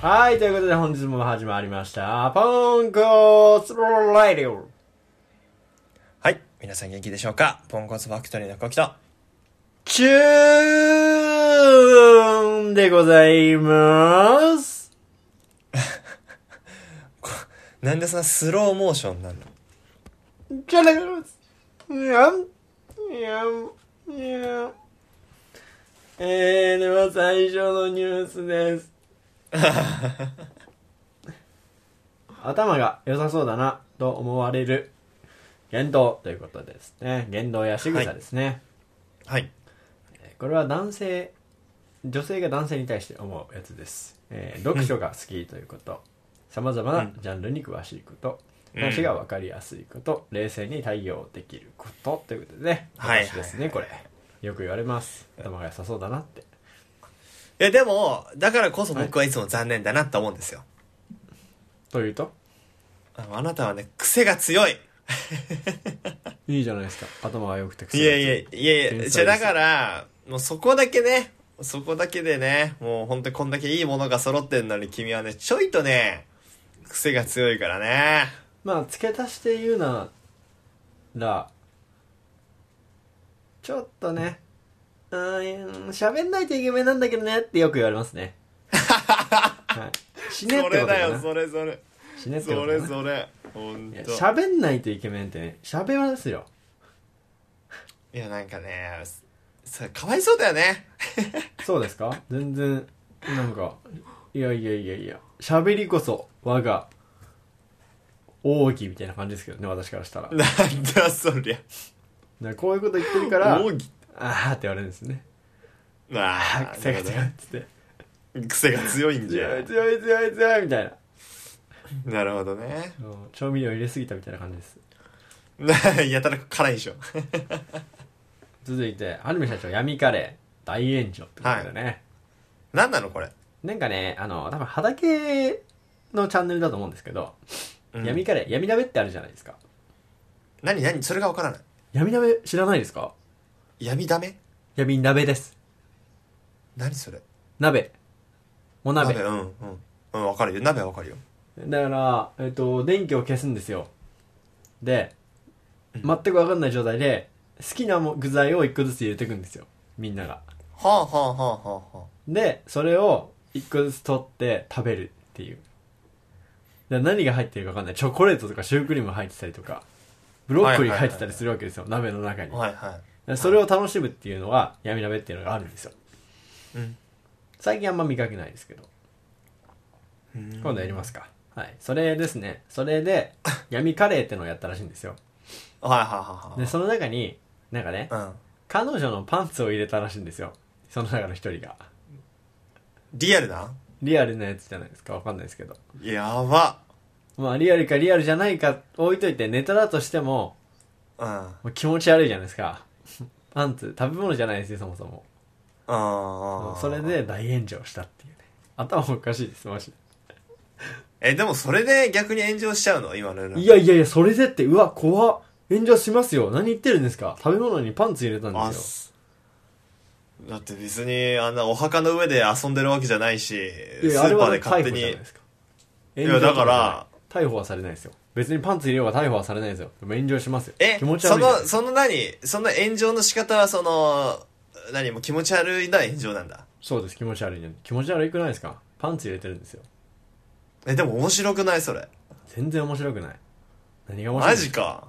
はい、ということで本日も始まりました。ポンコツラディオ。はい。皆さん元気でしょうかポンコツファクトリーのコキと。チューンでございます。なんでそんなスローモーショ ンなのじゃあね、やん、やん、やん。えー、では最初のニュースです。頭が良さそうだな、と思われる言動ということですね。言動や仕草ですね。はい。これは男性女性が男性に対して思うやつです、えー読書が好きということさまざまなジャンルに詳しいこと、うん話が分かりやすいこと冷静に対応できることということでねはい私ですねこれよく言われます頭が良さそうだなっていや、でも、だからこそ僕はいつも残念だなと思うんですよ。というとあのあなたはね、癖が強い。いいじゃないですか頭が良くていやいや、いや天い才でや、すじゃあだから、もうそこだけね、そこだけでね、もう本当にこんだけいいものが揃ってんのに君はね、ちょいとね、癖が強いからね。まあ付け足して言うならちょっとねうーん喋んないとイケメンなんだけどねってよく言われますね、はい、死そねってことれだだよ、なそれそれ。死ねってことそだれなそれ。ほんいやと。喋んないとイケメンってね喋りますよいや、なんかね、さ、かわいそうだよね。そうですか全然なんかいやいやいやいや喋りこそ我が奥義みたいな感じですけどね私からしたらだかなんだそりゃ。らこういうこと言ってるからあ奥義。あって言われるんですねああ あ、癖が強いっつって癖が強いんじ強ゃい強い強い強いみたいななるほどね。 うん調味料入れすぎたみたいな感じですやたら辛いでしょ。続いてはるみ社長闇カレー大炎上ってことでね、なんなのこれ。なんかねあの多分畑のチャンネルだと思うんですけど、うん闇カレー闇鍋ってあるじゃないですか何何それがわからない。闇鍋知らないですか闇ダメ闇鍋です何それ。鍋お鍋うんうん。うん、わかるよ。鍋はわかるよ。だからえっと電気を消すんですよでうん全く分かんない状態で好きなも具材を一個ずつ入れていくんですよみんながはあはあはあはあはでそれを一個ずつ取って食べるっていうで何が入ってるか分かんないチョコレートとかシュークリーム入ってたりとかブロッコリーが入ってたりするわけですよ、鍋の中にあ。はいはでそれを楽しむっていうのは闇鍋っていうのがあるんですよい。うん。最近あんま見かけないですけど今度やりますか、はいそれですねそれで闇カレーってのをやったらしいんですよはいはいはいではいその中になんかね。うん。彼女のパンツを入れたらしいんですよその中の一人がリアルなリアルなやつじゃないですかわかんないですけどやば。まあリアルかリアルじゃないか置いといてネタだとしてもうん。もう気持ち悪いじゃないですか パンツ食べ物じゃないですよそもそもああ。それ。で大炎上したっていうね 頭おかしいですマジえ、でもそれで逆に炎上しちゃうの今の世の中でいやいやいやそれでってうわ怖っ炎上しますよ何言ってるんですか食べ物にパンツ入れたんあですよすだって別にあんなお墓の上で遊んでるわけじゃないしいやいスやあれーパーはでね逮捕勝手じゃないにですかいやだ炎上とからじゃない逮捕はされないですよ別にパンツ入れようが逮捕はされないですよでも炎上しますよえ気持ち悪そいじゃのないその何その炎上の仕方はその何もう気持ち悪いな炎上なんだそうです気持ち悪いのに気持ち悪いくないですかパンツ入れてるんですよえでも面白くないそれ全然面白くない何が面白いマんですジかか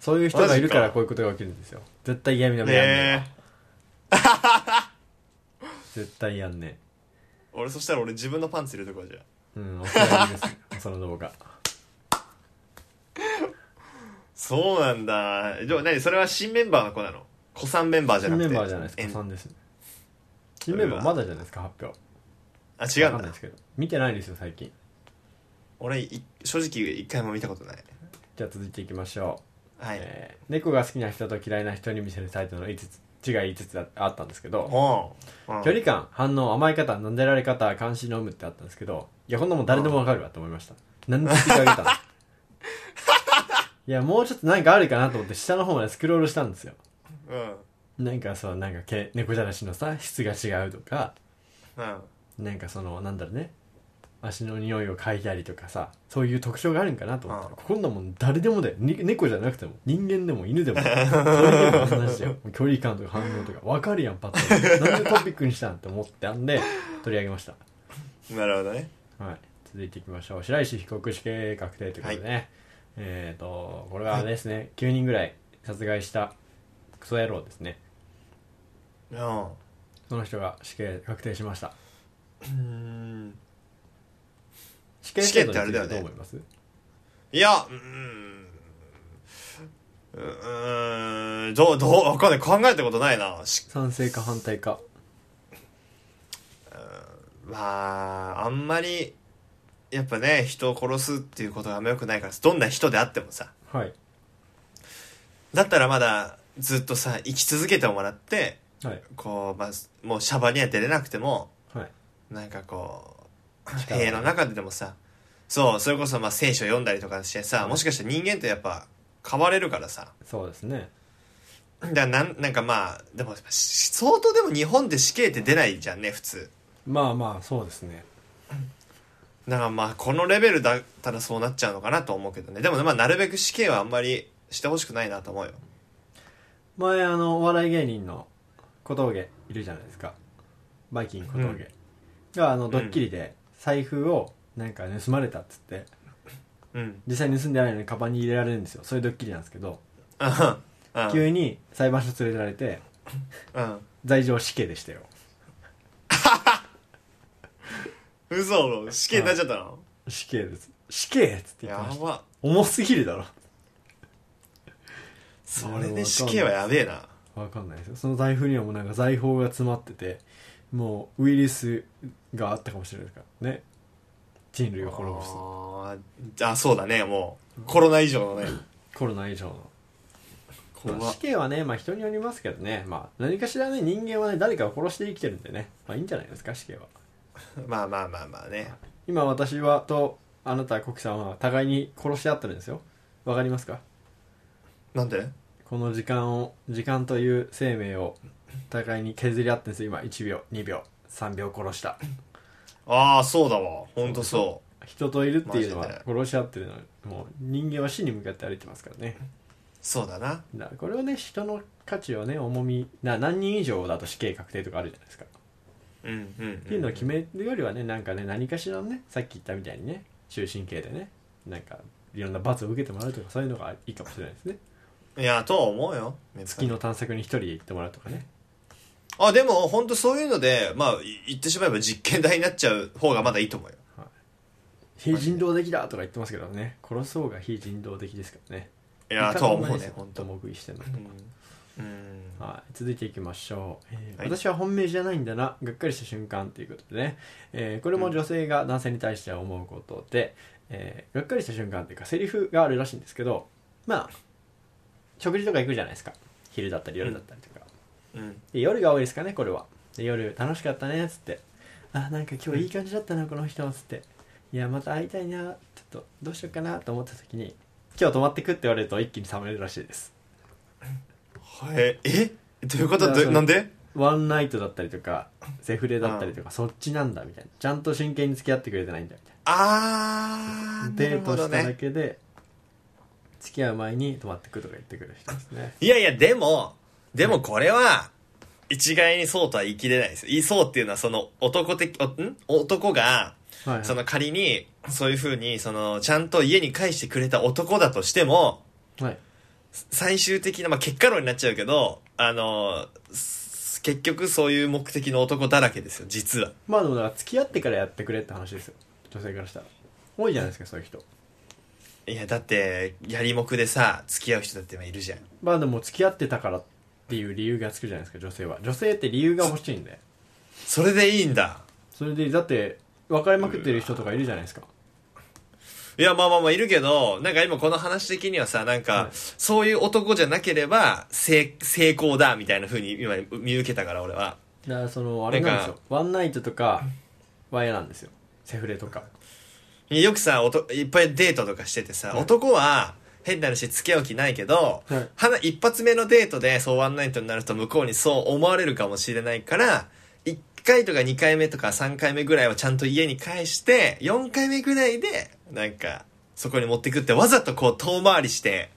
そういう人がいるからマジかこういうことが起きるんですよ絶対嫌味な目やんねえねえ絶対やんね俺そしたら俺自分のパンツ入れとこうじゃえうんお世話にです その動画そうなんだじゃあ何それは新メンバーの子なの子さんメンバーじゃ新なメくてンバーじゃないですかえ3ですね新メンバーまだじゃないですか発表あ違わうかんんないだですけど見てないですよ最近俺い正直一回も見たことないじゃあ続いていきましょうはい、えー猫が好きな人と嫌いな人に見せるタイトルの5つ違い5つあったんですけどおううん距離感反応甘え方なでられ方関心の有無ってあったんですけどいやこんなもん誰でもわかるわと思いましたなんで聞いてあげたの いやもうちょっとなんかあるかなと思って下の方までスクロールしたんですようんなんかそうなんかけ猫じゃらしのさ質が違うとかうんなんかそのなんだろうね足の匂いを嗅いだりとかさそういう特徴があるんかなと思ったうらこんなもん誰でもだよ、に猫じゃなくても人間でも犬でも鳥でも同じ だよもう距離感とか反応とか分かるやんパッとなんでトピックにしたんって思ってたんで取り上げましたなるほどね。はい、続いていきましょう白石被告死刑確定ということでね、えっ、とこれはあれですね、9人ぐらい殺害したクソ野郎ですねうん。うその人が死刑確定しましたーん。死刑制度についてどう思いますいや、うーん。うーん、どう、どう、わかんない。考えたことないな。し賛成か反対かまあ、あんまり、やっぱね、人を殺すっていうことがあんま良くないから、どんな人であってもさ。はいだったらまだ、ずっとさ、生き続けてもらって、はいこう、まあ、もうシャバには出れなくても、はいなんかこう、力を塀の中ででもさ、そう、それこそまあ聖書読んだりとかしてさ、もしかしたら人間ってやっぱ変われるからさ。そうですねだからなん、なんかまあ、でも、し相当でも日本で死刑って出ないじゃんね、普通。まあまあそうですねだからまあ、このレベルだったらそうなっちゃうのかなと思うけどね。でもねまあ、なるべく死刑はあんまりしてほしくないなと思うよ。前あのお笑い芸人の小峠いるじゃないですかバイキング小峠、があのドッキリで財布をなんか盗まれたっつって、うん。実際に盗んでないのにカバンに入れられるんですよそういうドッキリなんですけどうん。うん。急に裁判所連れられてうん。罪状死刑でしたよ嘘死刑になっちゃったの、死刑です死刑っつって言ってやましたば。重すぎるだろそれで死刑はやべえな。わかんないですよその財布にはもうなんか財宝が詰まっててもうウイルスがあったかもしれないですからね人類を滅ぼすあーあ、そうだね、もう。コロナ以上のね。コロナ以上の怖まあ死刑はねまあ人によりますけどねまあ何かしらね人間はね誰かを殺して生きてるんでねまあいいんじゃないですか死刑はまあまあまあまあね。今私はとあなたコキさんは互いに殺し合ってるんですよわかりますかなんでこの時間を時間という生命を互いに削り合ってるんですよ今1秒2秒3秒殺したああ、そうだわ。ほんとそ人といるっていうのマジは殺し合ってるのはもう人間は死に向かって歩いてますからねう。そうだな。だからこれをね人の価値をね重みな何人以上だと死刑確定とかあるじゃないですか、うんうん、うん。っっていうのを決めるよりはねなんかね何かしらのねさっき言ったみたいにね終身刑でねなんかいろんな罰を受けてもらうとかそういうのがいいかもしれないですねいや、とは思うよ。別月にの探索に一人で行ってもらうとかねあ、でも、ほんとそういうので、まあ、い言ってしまえば実験台になっちゃう方がまだいいと思うよ。非人道的だとか言ってますけどね殺そうが非人道的ですからねいいや、とは思うね、ほ本ん当と。目撃してんのうん。うん。はい、続いていきましょう、えーはい私は本命じゃないんだながっかりした瞬間ということでね、えーこれも女性が男性に対しては思うことで、えーがっかりした瞬間っていうかセリフがあるらしいんですけどまあ食事とか行くじゃないですか昼だったり夜だったりとか、うん。で夜が多いですかねこれはで夜楽しかったねっつってあなんか今日いい感じだったなこの人っつっていやまた会いたいなちょっとどうしようかなと思った時に今日泊まってくって言われると一気に冷めるらしいですはい。えどういうこといやどそうなんでワンナイトだったりと かセフレだったりとかそっちなんだみたいなちゃんと真剣に付き合ってくれてないんだみたいなあー、なデーるトほどしただね。けで付き合う前に泊まってくとか言ってくる人ですねいやいや、でも、でもこれは、一概にそうとは言い切れないですよ。言いそうっていうのは、その、男的、おん男が、はい、はい、その仮に、そういう風に、その、ちゃんと家に返してくれた男だとしても、はい最終的な、まあ、結果論になっちゃうけど、あの、す結局そういう目的の男だらけですよ、実は。まあでもだから付き合ってからやってくれって話ですよ女性からしたら多いじゃないですかそういう人いや、だって、やりもくでさ、付き合う人だって今いるじゃん。まあでも付き合ってたからっていう理由がつくじゃないですか女性は女性って理由が欲しいんでそれでいいんだ。それでだって別れまくってる人とかいるじゃないですかいや、まあまあまあ、いるけど、なんか今この話的にはさ、なんか、はいそういう男じゃなければ、成、成功だ、みたいな風に今見受けたから、俺は。だからそのあれなんですなんよワンナイトとかは嫌なんですよセフレとかよくさ、おといっぱいデートとかしててさ、男は、変な話、付き合う気ないけど、はい花一発目のデートで、そうワンナイトになると向こうにそう思われるかもしれないから、い回とか2回目とか3回目ぐらいはちゃんと家に返して、4回目ぐらいで、なんか、そこに持ってくってわざとこう遠回りして、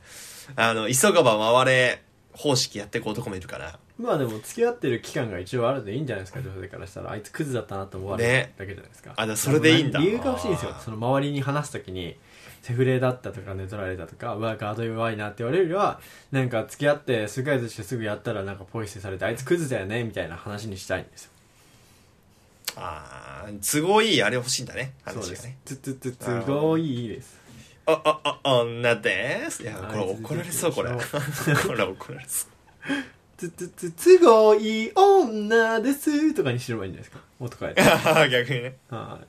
あの、急がば回れ方式やっていく男もいるから。まあでも付き合ってる期間が一応あるでいいんじゃないですか女性からしたらあいつクズだったなと思われるねだけじゃないですか、あだからそれでいいんだ理由が欲しいんですよあーその周りに話す時にセフレだったとか寝取られたとかうわガード弱いなって言われるよりはなんか付き合って数ヶ月してすぐやったらなんかポイ捨てされてあいつクズだよねみたいな話にしたいんですよああ、都合いいあれ欲しいんだね。話がそうですね。つつつつごいいいですあ、あ、あ、女です。いや、これあいつ怒られそう、これ。出 こてきれ怒られそう。つつつつごい女ですとかにすればいいんじゃないですか元変えてああ 逆にね。はい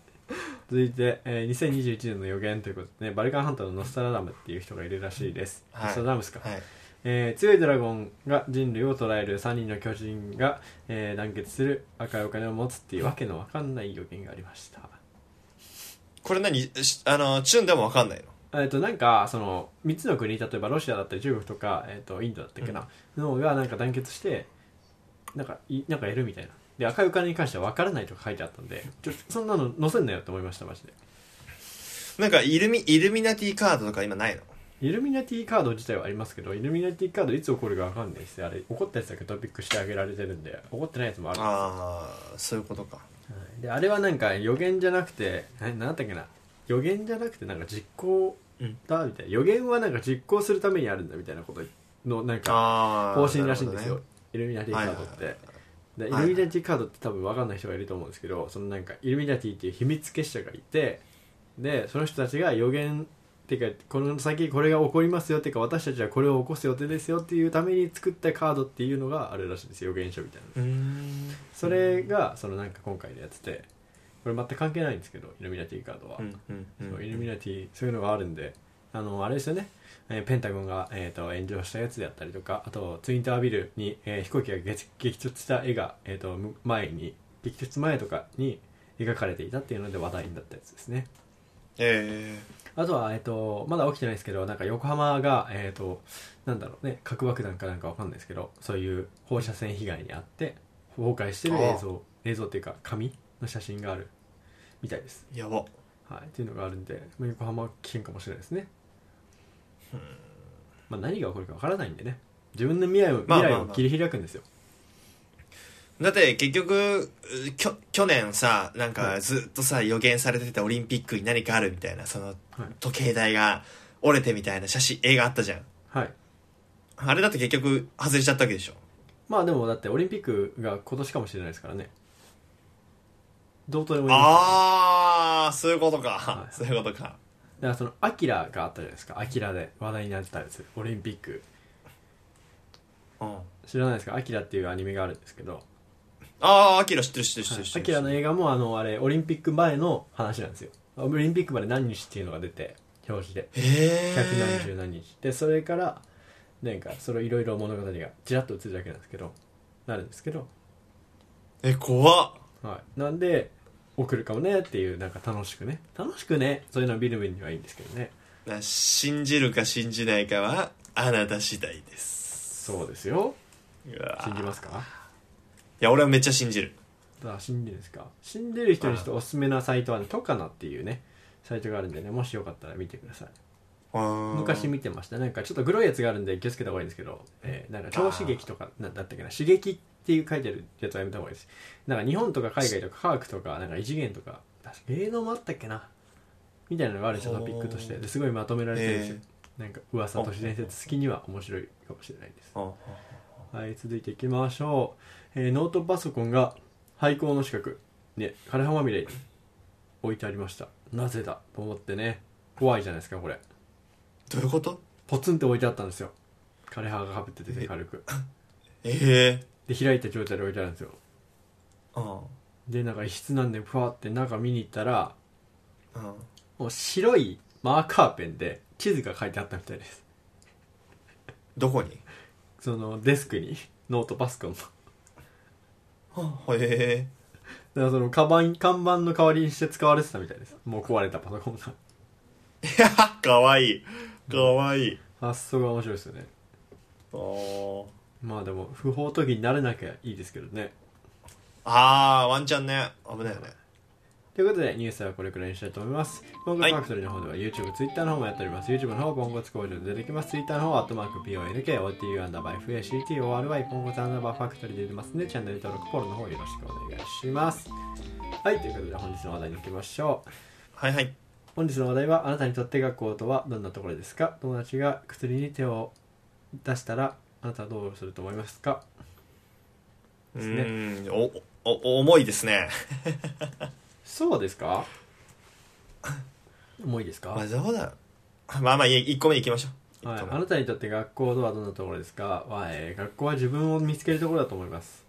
続いて、えー2021年の予言ということで、ね、バルカン半島のノスタラダムっていう人がいるらしいです、はいノスタラダムスか、はい。えー強いドラゴンが人類を捕らえる3人の巨人が、えー団結する赤いお金を持つっていうわけのわかんない予言がありましたこれ何しあの、チュンでもわかんないのえっとなんかその3つの国例えばロシアだったり中国とか、えー、とインドだったっけな、のがなんか団結してなんかいなんかやるみたいなで赤いお金に関してはわからないとか書いてあったんでちょそんなの載せんなよって思いましたマジでなんかイルミ、イルミナティカードとか今ないのイルミナティカード自体はありますけどイルミナティカードいつ起こるか分かんないですあれ起こったやつだけトピックしてあげられてるんで起こってないやつもあるはああ、そういうことか。いであれはなんか予言じゃなくてななんだったっけな予言じゃなくてなんか実行だみたいな、予言はなんか実行するためにあるんだみたいなことのなんかああ。方針らしいんですよ、なるイルミナティカードって、はいはいでイはいルミナティカードって多分分かんない人がいると思うんですけどそのなんかイルミナティっていう秘密結社がいてでその人たちが予言っていうかこの先これが起こりますよっていうか私たちはこれを起こす予定ですよっていうために作ったカードっていうのがあるらしいんですよ予言書みたいなほどねうーん。それがそのなんか今回のやつでこれ全く関係ないんですけどイルミナティカードは、うんうんうそうイルん。ミナティそういうのがあるんであのあれですよね、えーペンタゴンが、えー、と炎上したやつであったりとかあとツインタワービルに、えー飛行機が激激突した絵が、えー、とむ前に激突前とかに描かれていたっていうので話題になったやつですねえあとは、えっと、まだ起きてないですけど、なんか横浜が、えっと、なんだろうね、核爆弾かなんかわかんないですけど、そういう放射線被害に遭って、崩壊してる映像、映像っていうか、紙の写真があるみたいです。えやば。はい、っていうのがあるんで、まあ、横浜は危険かもしれないですね。まあ、何が起こるかわからないんでね、自分の未来をまあ未まあ来まあを切り開くんですよ。だって結局、うきょ去年さ、なんかずっとさ、予言されてたオリンピックに何かあるみたいな、そのはい、時計台が折れてみたいな写真、映画あったじゃん。はい。あれだって結局外れちゃったわけでしょ。まあでも、だってオリンピックが今年かもしれないですからね。どうとでもいいですからああ、そういうことか。はいそういうことか。だからその「アキラがあったじゃないですか「アキラで話題になってたやつオリンピックうん。知らないですか「アキラっていうアニメがあるんですけどああ、アキラ知ってる知ってる知ってる知「ってアる。キラの映画もあのあれオリンピック前の話なんですよオリンピックまで何日っていうのが出て表示でへ百何十え。何日でそれからなんかそれいろいろ物語がちらっと映るだけなんですけどなるんですけど、え、怖っ。はい、なんで送るかもねっていうなんか楽しくね楽しくねそういうのを見る分にはいいんですけどねな信じるか信じないかは、あなた次第です。そうですようわ。信じますすかいや、俺はめっちゃ信じる。あ死んでるんですか死んでる人にしておすすめなサイトはねトカナっていうねサイトがあるんでねもしよかったら見てください昔昔見てましたなんかちょっとグロいやつがあるんで気をつけた方がいいんですけど、えーなんか超刺激とかなんだったっけな刺激っていう書いてあるやつはやめた方がいいですなんか日本とか海外とか科学とかなんか異次元とか確か芸能もあったっけなみたいなのがあるんですよほトうピックとしてですごいまとめられてるんですよえ、なんか噂都市伝説好きには面白いかもしれないですはい、続いていきましょう。えーノートパソコンが廃校の近く、ね、枯葉まみれに置いてありました。なぜだと思ってね、怖いじゃないですか、これ。どういうことポツンって置いてあったんですよ。枯葉がかぶっててね、え軽く。えで、開いた状態で置いてあるんですよ。えうんで、なんか異質なんで、ふわって中見に行ったら、うんもう白いマーカーペンで地図が書いてあったみたいです。どこにそのデスクに、ノートパソコンの。へえだからその、カバン、看板の代わりにして使われてたみたいです。もう壊れたパソコンが。いや かわいいかわいい発想が面白いですよね。あーまあでも不法投棄になれなきゃいいですけどねああ、ワンチャンね。危ないよね。ということで、ニュースはこれくらいにしたいと思います。ポンコツファクトリーの方では YouTube、Twitter の方もやっております。YouTube の方はポンコツ工場で出てきます。Twitter の方は、アットマーク、PONK、OTU、アンダーバー、FACT、ORY、ポンコツアンダーバーファクトリーで出てますので、チャンネル登録、フォローの方よろしくお願いします。はい、ということで、本日の話題に行きましょう。はいはい。本日の話題は、あなたにとって学校とはどんなところですか友達が薬に手を出したら、あなたはどうすると思いますかうすねーん、お、お、お重いですね。そうですかもういいですかまあ、どうだろう。まあまあ、いい1個目行きましょう。はい、一個目あなたにとって学校とはどんなところですか、はえー学校は自分を見つけるところだと思います、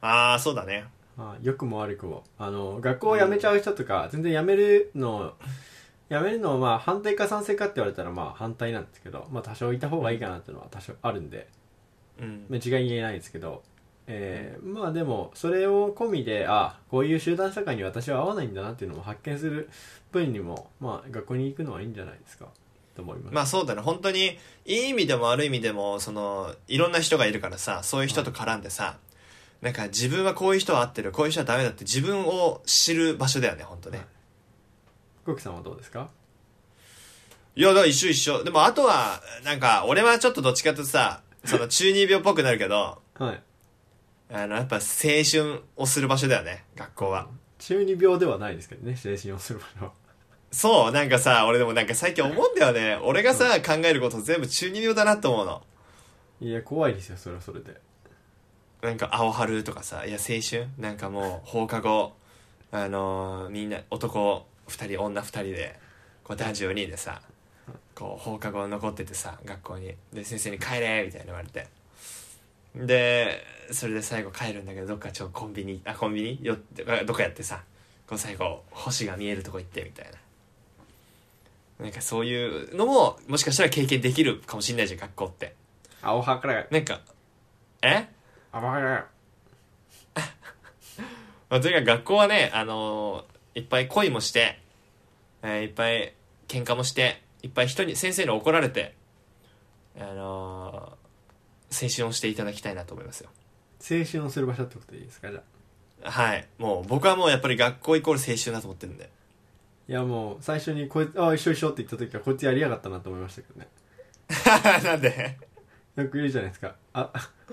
ああ、そうだね。はい良くも悪くもあの学校を辞めちゃう人とか、全然辞めるの辞めるのはまあ反対か賛成かって言われたらまあ反対なんですけど、まあ、多少いた方がいいかなっていうのは多少あるんで、うん。まあ、一概に言えないですけど、えーまあでもそれを込みであこういう集団社会に私は合わないんだなっていうのも発見する分にも、まあ、学校に行くのはいいんじゃないですかと思います、まあそうだね本当にいい意味でも悪い意味でもそのいろんな人がいるからさそういう人と絡んでさ、なんか自分はこういう人は合ってるこういう人はダメだって自分を知る場所だよね本当ね、はいコキさんはどうですかい、やだから一緒一緒でもあとはなんか俺はちょっとどっちかというとさその中二病っぽくなるけどはいあのやっぱ青春をする場所だよね学校は中二病ではないですけどね精神をする場合はそうなんかさ俺でもなんか最近思うんだよね俺がさ考えること全部中二病だなと思うの いや怖いですよそれはそれでなんか青春とかさいや青春なんかもう放課後あのーみんな男2人女2人でこう男女4人でさこう放課後残っててさ学校にで先生に「帰れ!」みたいな言われてでそれで最後帰るんだけどどっかちょっとコンビニあコンビニよどっかやってさこう最後星が見えるとこ行ってみたいななんかそういうのももしかしたら経験できるかもしんないじゃん学校って青はくらなんかえ青はくらまあ、とにかく学校はね、あのーいっぱい恋もして、えーいっぱい喧嘩もして、いっぱい人に、先生に怒られて、あのー青春をしていただきたいなと思いますよ。青春をする場所ってことでいいですかじゃあはい。もう、僕はもうやっぱり学校イコール青春だと思ってるんで。いやもう最初にこいつ「あ一緒一緒」って言った時はこいつやりやがったなと思いましたけどね なんでよく言うじゃないですかあ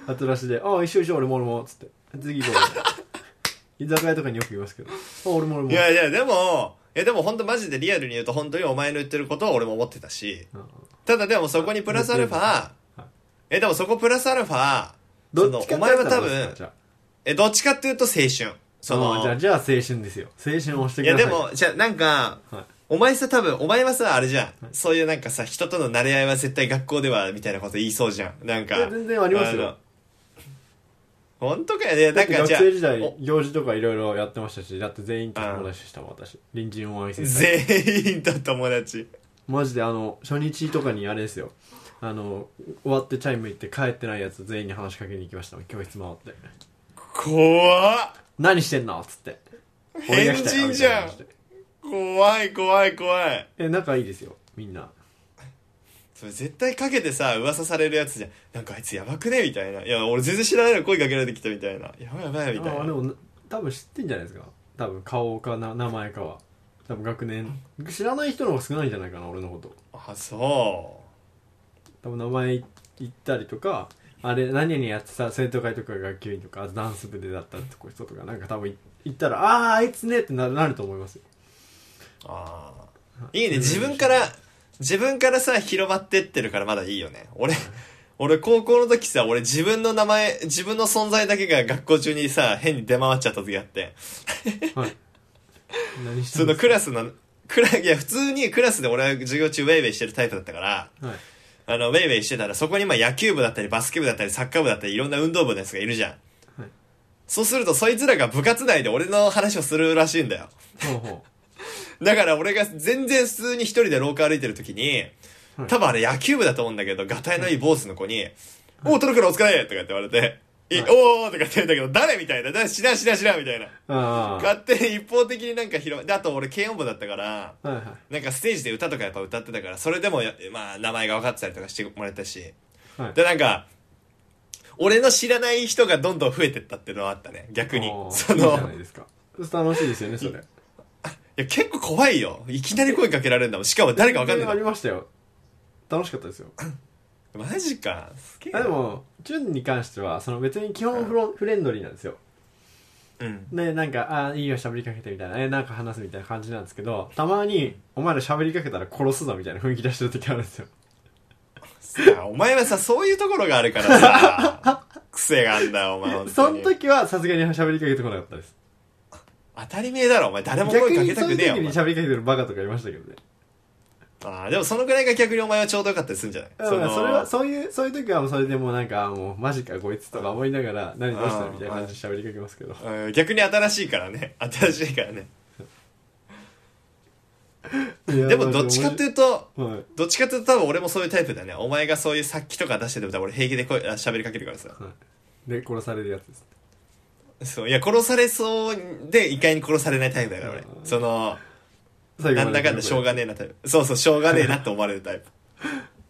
後出しで「あ一緒一緒俺も俺も」っつって次行こ う居酒屋とかによく言いますけど「あ俺も俺も」いやいや、でも、いやでも本当マジでリアルに言うと本当にお前の言ってることは俺も思ってたし、うんただでもそこにプラスアルフい、ァえ、でもそこプラスアルファ、そどのっちかお前は多ってやったらどうですか分、じゃあえ、どっちかっていうと青春。そあの、ーじゃあじゃあ青春ですよ青春をしていくやださでいも、じゃあなんか、はいお前さ多分、お前はさ、あれじゃん。そういうなんかさ、人との慣れ合いは絶対学校では、みたいなこと言いそうじゃん。なんか。いや全然ありますよの。本当かよ。いや、だなっんてか学じゃあ生時、代お行事とかいろいろやってましたしだって全員と友達したもん私隣人を愛せたり全員と友達。マジであの初日とかにあれですよあの終わってチャイム行って帰ってないやつ全員に話しかけに行きましたもん教室回って怖っ「何してんの?」っつって俺が変来たよ人みじたいなゃん話で怖い怖い怖い。え仲いいですよみんなそれ絶対かけてさ、噂されるやつじゃん。なんかあいつやばくねみたいな。いや、俺全然知らないの声かけられてきたみたいな。やばいやばいあみたいーでな。もな多分知ってんじゃないですか多分顔かな名前かは多分学年知らない人の方が少ないんじゃないかな俺のことあ、そう。多分名前言ったりとかあれ何にやってた生徒会とか学級委員とかダンス部でだったとか人とかなんか多分言ったら「ああーあいつね」ってななると思いますよああいいね自分から自分からさ広まってってるからまだいいよね俺俺高校の時さ俺自分の名前自分の存在だけが学校中にさ変に出回っちゃった時あってはい何してそんののクラスのクラいや普通にクラスで俺は授業中ウェイウェイしてるタイプだったからはいあのウェイウェイしてたらそこにまあ野球部だったりバスケ部だったりサッカー部だったりいろんな運動部のやつがいるじゃんはいそうするとそいつらが部活内で俺の話をするらしいんだよほう ほだから俺が全然普通に一人で廊下歩いてる時に、はい多分あれ野球部だと思うんだけど、ガタイのいい坊主の子に、おお、トロクロお疲れとかって言われて、いはいおーとかって言うんだけど、誰みたいな、誰知らん知らん知らんみたいな。うあ勝手に一方的になんか広め、で、あと俺軽音部だったから、あはいはいなんかステージで歌とかやっぱ歌ってたから、それでもや、まあ名前が分かってたりとかしてもらったし、はいでなんか、俺の知らない人がどんどん増えてったっていうのはあったね。逆にあ。ーそいいじゃのない、ですか楽しいですよねそれいや、結構怖いよ。いきなり声かけられるんだもん。しかも誰かわかん全然なあいりましたよ楽しかったですよマジか。すげえなあで、もチュンに関してはその別に基本フロンフレンドリーなんですようん。ねなんか「ああいいよ喋りかけて」みたいな「えなんか話す」みたいな感じなんですけどたまに「お前ら喋りかけたら殺すぞ」みたいな雰囲気出してる時あるんですよさあお前はさ、そういうところがあるか らさ、癖があんだよ、お前。本当そのに時はさすがに喋りかけてこなかったです当たり前だろ、お前。誰も逆声かにけたそういくうねえよ。時に喋りかけてるバカとかいましたけどねお前ああ、でもそのくらいが逆にお前はちょうどよかったりするんじゃないそのそれはそういうそういう時はもうそれでもうなんかあーもうマジかこいつとか思いながら何どうしたのみたいな感じで喋りかけますけどうん逆に新しいからね。新しいからね。 でもどっちかっていいうと、うはいどっちかっていうと多分俺もそういうタイプだね。お前がそういう殺気とか出してても多分俺平気で声あ喋りかけるからさ。で殺されるやつですそう。いや、殺されそうで意外に殺されないタイプだから俺うん。その、最なんだかんだしょうがねえなタイプ。そうそう、しょうがねえなって思われるタイ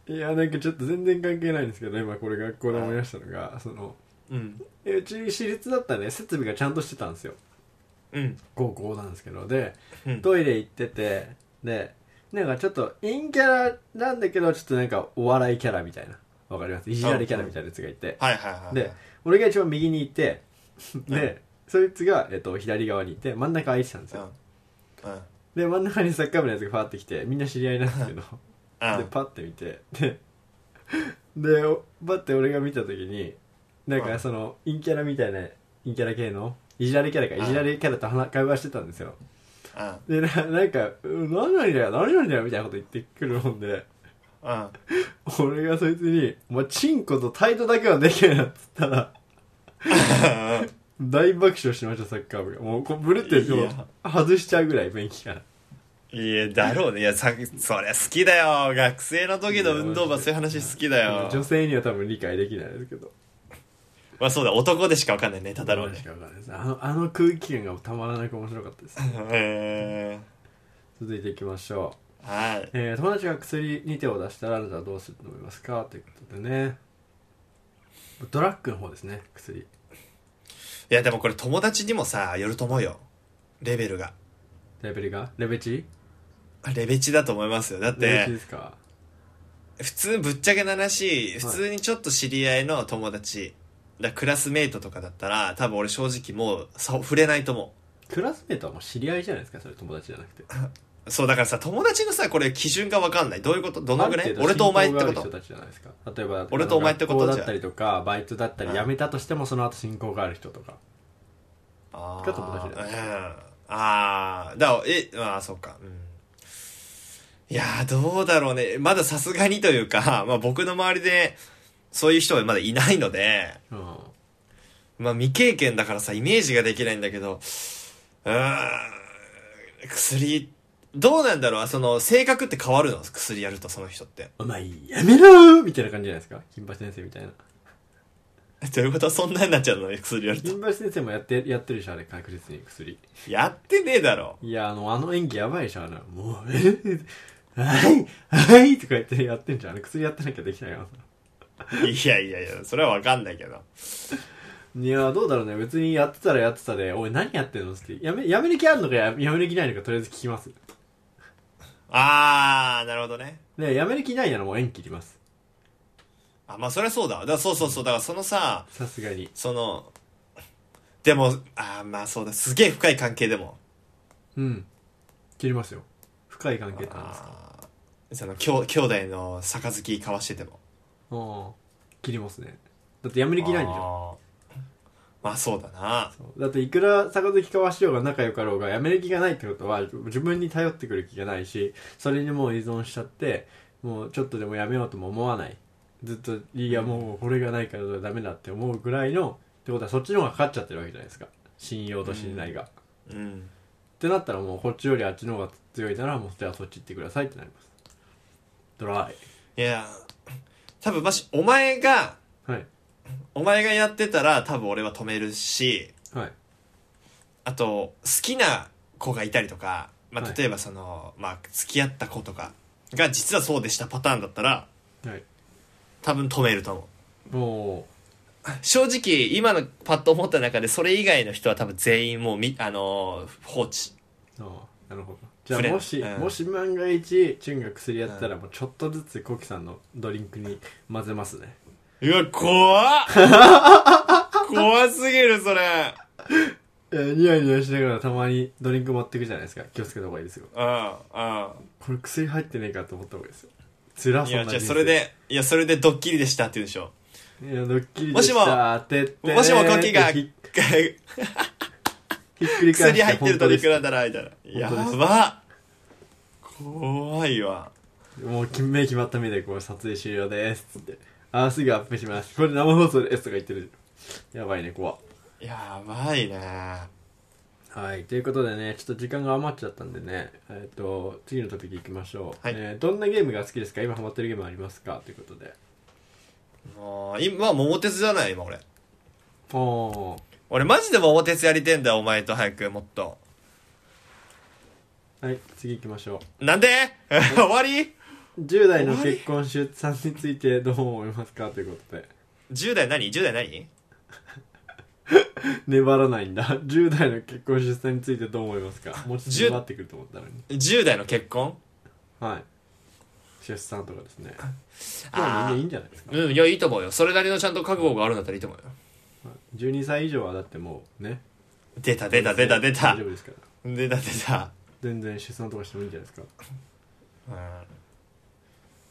プ。いやなんかちょっと全然関係ないんですけど今これ学校で思い出したのがそのうん。えうち私立だったらね設備がちゃんとしてたんですようん。高校なんですけどでうん。トイレ行っててでなんかちょっと陰キャラなんだけどちょっとなんかお笑いキャラみたいなわかりますいじられキャラみたいなやつがいてはいはいはいはい。で俺が一番右にいてうでそいつが、えっと、左側にいて真ん中空いてたんですうん。うよん。うん。で真ん中にサッカー部のやつがファーって来てみんな知り合いなんですけどでパッて見てででおパッて俺が見た時になんうんかその陰キャラみたいな陰キャラ系のいじられキャラかうんいじられキャラと話会話してたんですようん。でななんか「うん何々だよ何々だよ」みたいなこと言ってくるもんでうん。俺がそいつに「お前チンコと態度だけはできないな」っつった ら大爆笑しましたサッカー部がもうこうブルってるいもうや外しちゃうぐらい便器からいや、だろうね。いや、さ、そりゃ好きだよ。学生の時の運動部はそういう話好きだよ。女性には多分理解できないですけどまあそうだ、男でしかわかんないネタだろうしね。かわかんないですあのあの空気感がたまらなく面白かったですえ続いていきましょう、ー、はい。えー友達が薬に手を出したらあなたはどうすると思いますかということでねドラッグの方ですね薬いや、でもこれ友達にもさ、よると思うよ。レベルが。レベルがレベチレベチだと思いますよ。だっレベチて、ですか普通ぶっちゃけな話、普通にちょっと知り合いの友達、だクラスメイトとかだったら、多分俺正直もう、さ触れないと思クラスメートはもう知り合いじゃないですかそれ友達じゃなくてう。そう、だからさ、友達のさ、これ基準がわかんない。どういうことどのぐらい俺とお前ってこ親交がある人とたちじゃないですか例えば俺とお前ってことあのじゃ学校だっんたりとかバイトだったりうん辞めたとしてもその後信仰がある人とかあが友達だうん、ああだからえああそうか、うん、いやーどうだろうねまださすがにというか、 まあ、僕の周りでそういう人はまだいないので、うんまあ、未経験だからさイメージができないんだけどうーん薬どうなんだろうその性格って変わるの薬やるとその人って お前やめろーみたいな感じじゃないですか金八先生みたいなどういうことそんなになっちゃうの薬やると金八先生もやってやってるでしょあれ確実に薬やってねえだろいや、あの、あの演技やばいでしょ、あの、もう、えはい、はい、とか言ってやってんじゃん。あれ薬やってなきゃできないよ。 いやいやいやそれはわかんないけどいや、どうだろうね。別にやってたらやってたで、おい、何やってんのって。やめ、やめる気あるのかややめる気ないのか、とりあえず聞きます。ああなるほどねで、やめる気ないならもう縁切ります。あ、まあそりゃそうだ。だからそうそうそう。だからそのさ、さすがに。その、でも、あーまあそうだ。すげえ深い関係でも。うん。切りますよ。深い関係ってなんですか。あーその、兄兄弟の杯交わしててうも。ん。切りますね。だってやめる気ないんでしょ。あーまあそうだな。そうだっていくら逆付き交わしようが仲良かろうがやめる気がないってことは自分に頼ってくる気がないしそれにもう依存しちゃってもうちょっとでもやめようとも思わないずっといやもうこれがないからダメだって思うぐらいのってことはそっちの方がかかっちゃってるわけじゃないですか信用と信頼が、っうん。てなったらもうこっちよりあっちの方が強いならもうじゃあそっち行ってくださいってなりますドラいや、多分まし、お前が、イはいお前がやってたら多分俺は止めるし、はいあと、好きな子がいたりとか、まはあい例えばその、まあ付き合った子とかが実はそうでしたパターンだったら、はい多分止めると思う。もう正直、今のパッと思った中で、それ以外の人は多分全員もうみ、あのー放置。ああなるほどじゃ触れあないもし、うんもし万が一チュンが薬やったらもうちょっとずつコキさんのドリンクに混ぜますねうわ、 怖っ怖すぎる、それ。えーニヤニヤしながらたまにドリンク持ってくじゃないですか気をつけた方がいいですようん、うん。これ薬入ってねえかと思った方がいいですよつらいそんや、なじゃあ人生それで、いや、それでドッキリでしたって言うでしょ。いやドッキリもでししもたてってもしもコキが、ひ ひ薬っくり返して入ってるといく本らだら、みたいな。や本当ですばっ怖いわ。当ですもう金名決まった目でこう撮影終了ですっつってあーすぐアップしますこれ生放送ですとか言ってるやばいね怖っやばいなはい、ということでね、ちょっと時間が余っちゃったんでね、えっ、と、次のトピックいきましょう、はいえーどんなゲームが好きですか今ハマってるゲームありますかということで。もう、今、桃鉄じゃない今、俺。おー。俺、マジで桃鉄やりてんだよ、お前と早く、もっと。はい、次行きましょなんで終わりう。10代の結婚出産についてどう思いますかということで。 ?10 代何 ?10 代何粘らないんだ。10代 の結婚出産についてどう思いますかもうちょっと10粘ってくると思ったのに。 ?10 代の結婚はい。出産とかですね。まあ あみんなーいいんじゃないですか。うん、いや、いいと思うよ。それなりのちゃんと覚悟があるんだったらいいと思うよ。 12歳以上はだってもうね。出た、出た、出た、出た大丈。夫ですから。出た、出た。全然出産とかしてもいいんじゃないですか。うん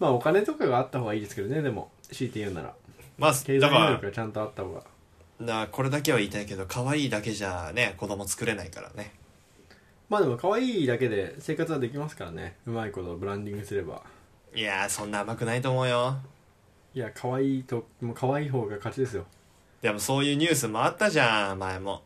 まあお金とかがあった方がいいですけどねでも強いて言うならまあ、経済だ能か力がちゃんとあった方がら、なこれだけは言いたいけど、可愛いだけじゃね、子供作れないからね。まあでも可愛いだけで生活はできますからねうまいことブランディングすればいやー、そんな甘くないと思うよ。いや可愛いともう可愛い方が勝ちですよでもそういうニュースもあったじゃん、前も。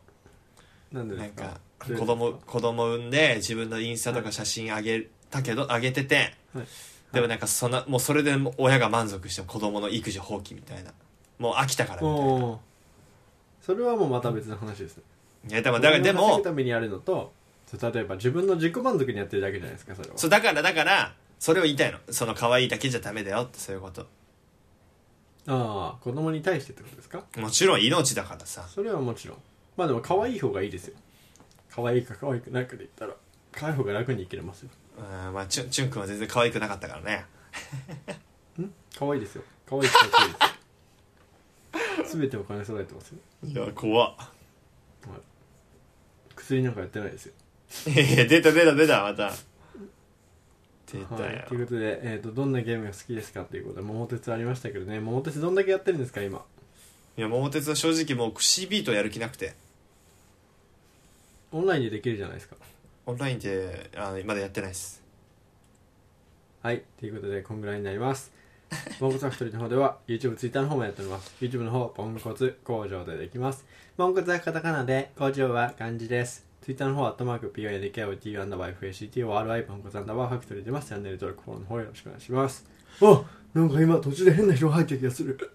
なんでなでんすかか、どういう子供、子供産んで、自分のインスタとか写真あげたけど、あげてて、はいでもなんか、そんな、もうそれでもう親が満足して子供の育児放棄みたいな。もう飽きたからみたいな。おおそれはもうまた別の話ですねいや、でも、だから、でお金を稼もぐ、ためにやるのとそれ例えば自分の自己満足にやってるだけじゃないですかそれはそう、だから、だから、それを言いたいの。その可愛いだけじゃダメだよって、そういうこと。ああ子供に対してってことですかもちろん命だからさ。それはもちろんまあでも可愛い方がいいですよ可愛いか可愛くないかで言ったら可愛い方が楽に生きれますようん、まあ、チュン、チュン君は全然可愛くなかったからね。可愛いですよ可愛いしかっこいいですよ全てお金揃えてますよいや、怖っ。 薬なんかやってないですよいやいや出た出た出た、また。出たよ。はい、ということで、えー、とどんなゲームが好きですかということで桃鉄ありましたけどね桃鉄どんだけやってるんですか今いや、桃鉄は正直もう c ビートやる気なくて、オンラインでできるじゃないですかオンラインで、あの、まだやってないです。はいということでこんぐらいになり ますマンコツファクトリーの方では YouTube、Twitter の方もやっております YouTube の方ポンコツ工場でできますポンコツはカタカナで工場は漢字です Twitter の方はアットマーク PONKOT アンダーバー FACTORI ポンコツアンダーバーファクトリーでますチャンネル登録フォローの方よろしくお願いしますあなんか今途中で変な人が入った気がする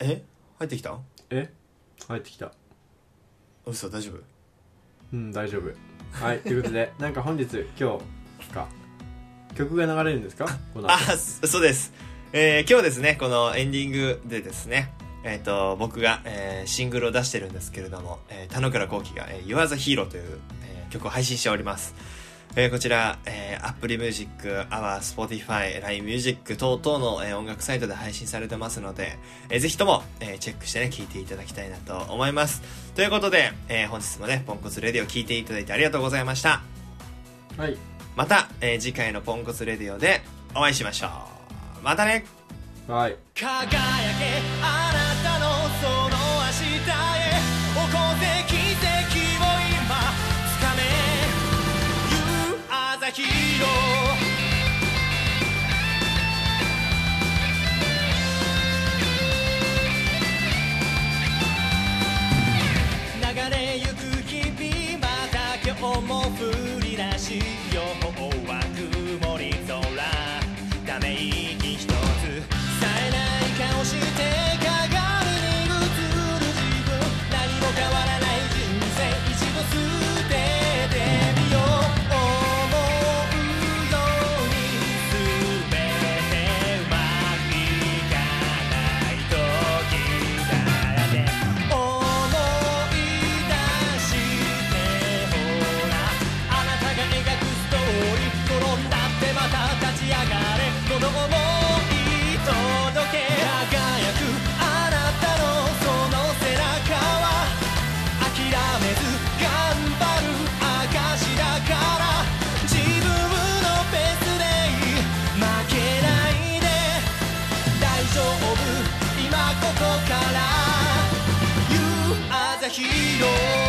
え入ってきたえ入ってきた嘘、大丈夫うん大丈夫はいということで なんか本日今日か曲が流れるんですかこの後あ、そそうです。えー今日ですね、このエンディングでですね、えっ、と、僕が、えーシングルを出してるんですけれども、えー、田之倉幸輝が、えー、You Are the Hero という、えー曲を配信しております。えーこちら、えー、Apple Music、Our Spotify、LINE Music 等々の、えー音楽サイトで配信されてますので、えーぜひとも、えーチェックしてね、聴いていただきたいなと思います。ということで、えー本日もね、ポンコツレディを聴いていただいてありがとうございました。はいまた、えー次回のポンコツレディオでお会いしましょう。またねはい輝けあなたのその明日へ起こせ奇跡を今つかめ You are the hero「流れゆく日々また今日も降り出し」「予報は曇り空」「ため息ひとつ冴えない顔して鏡にた日の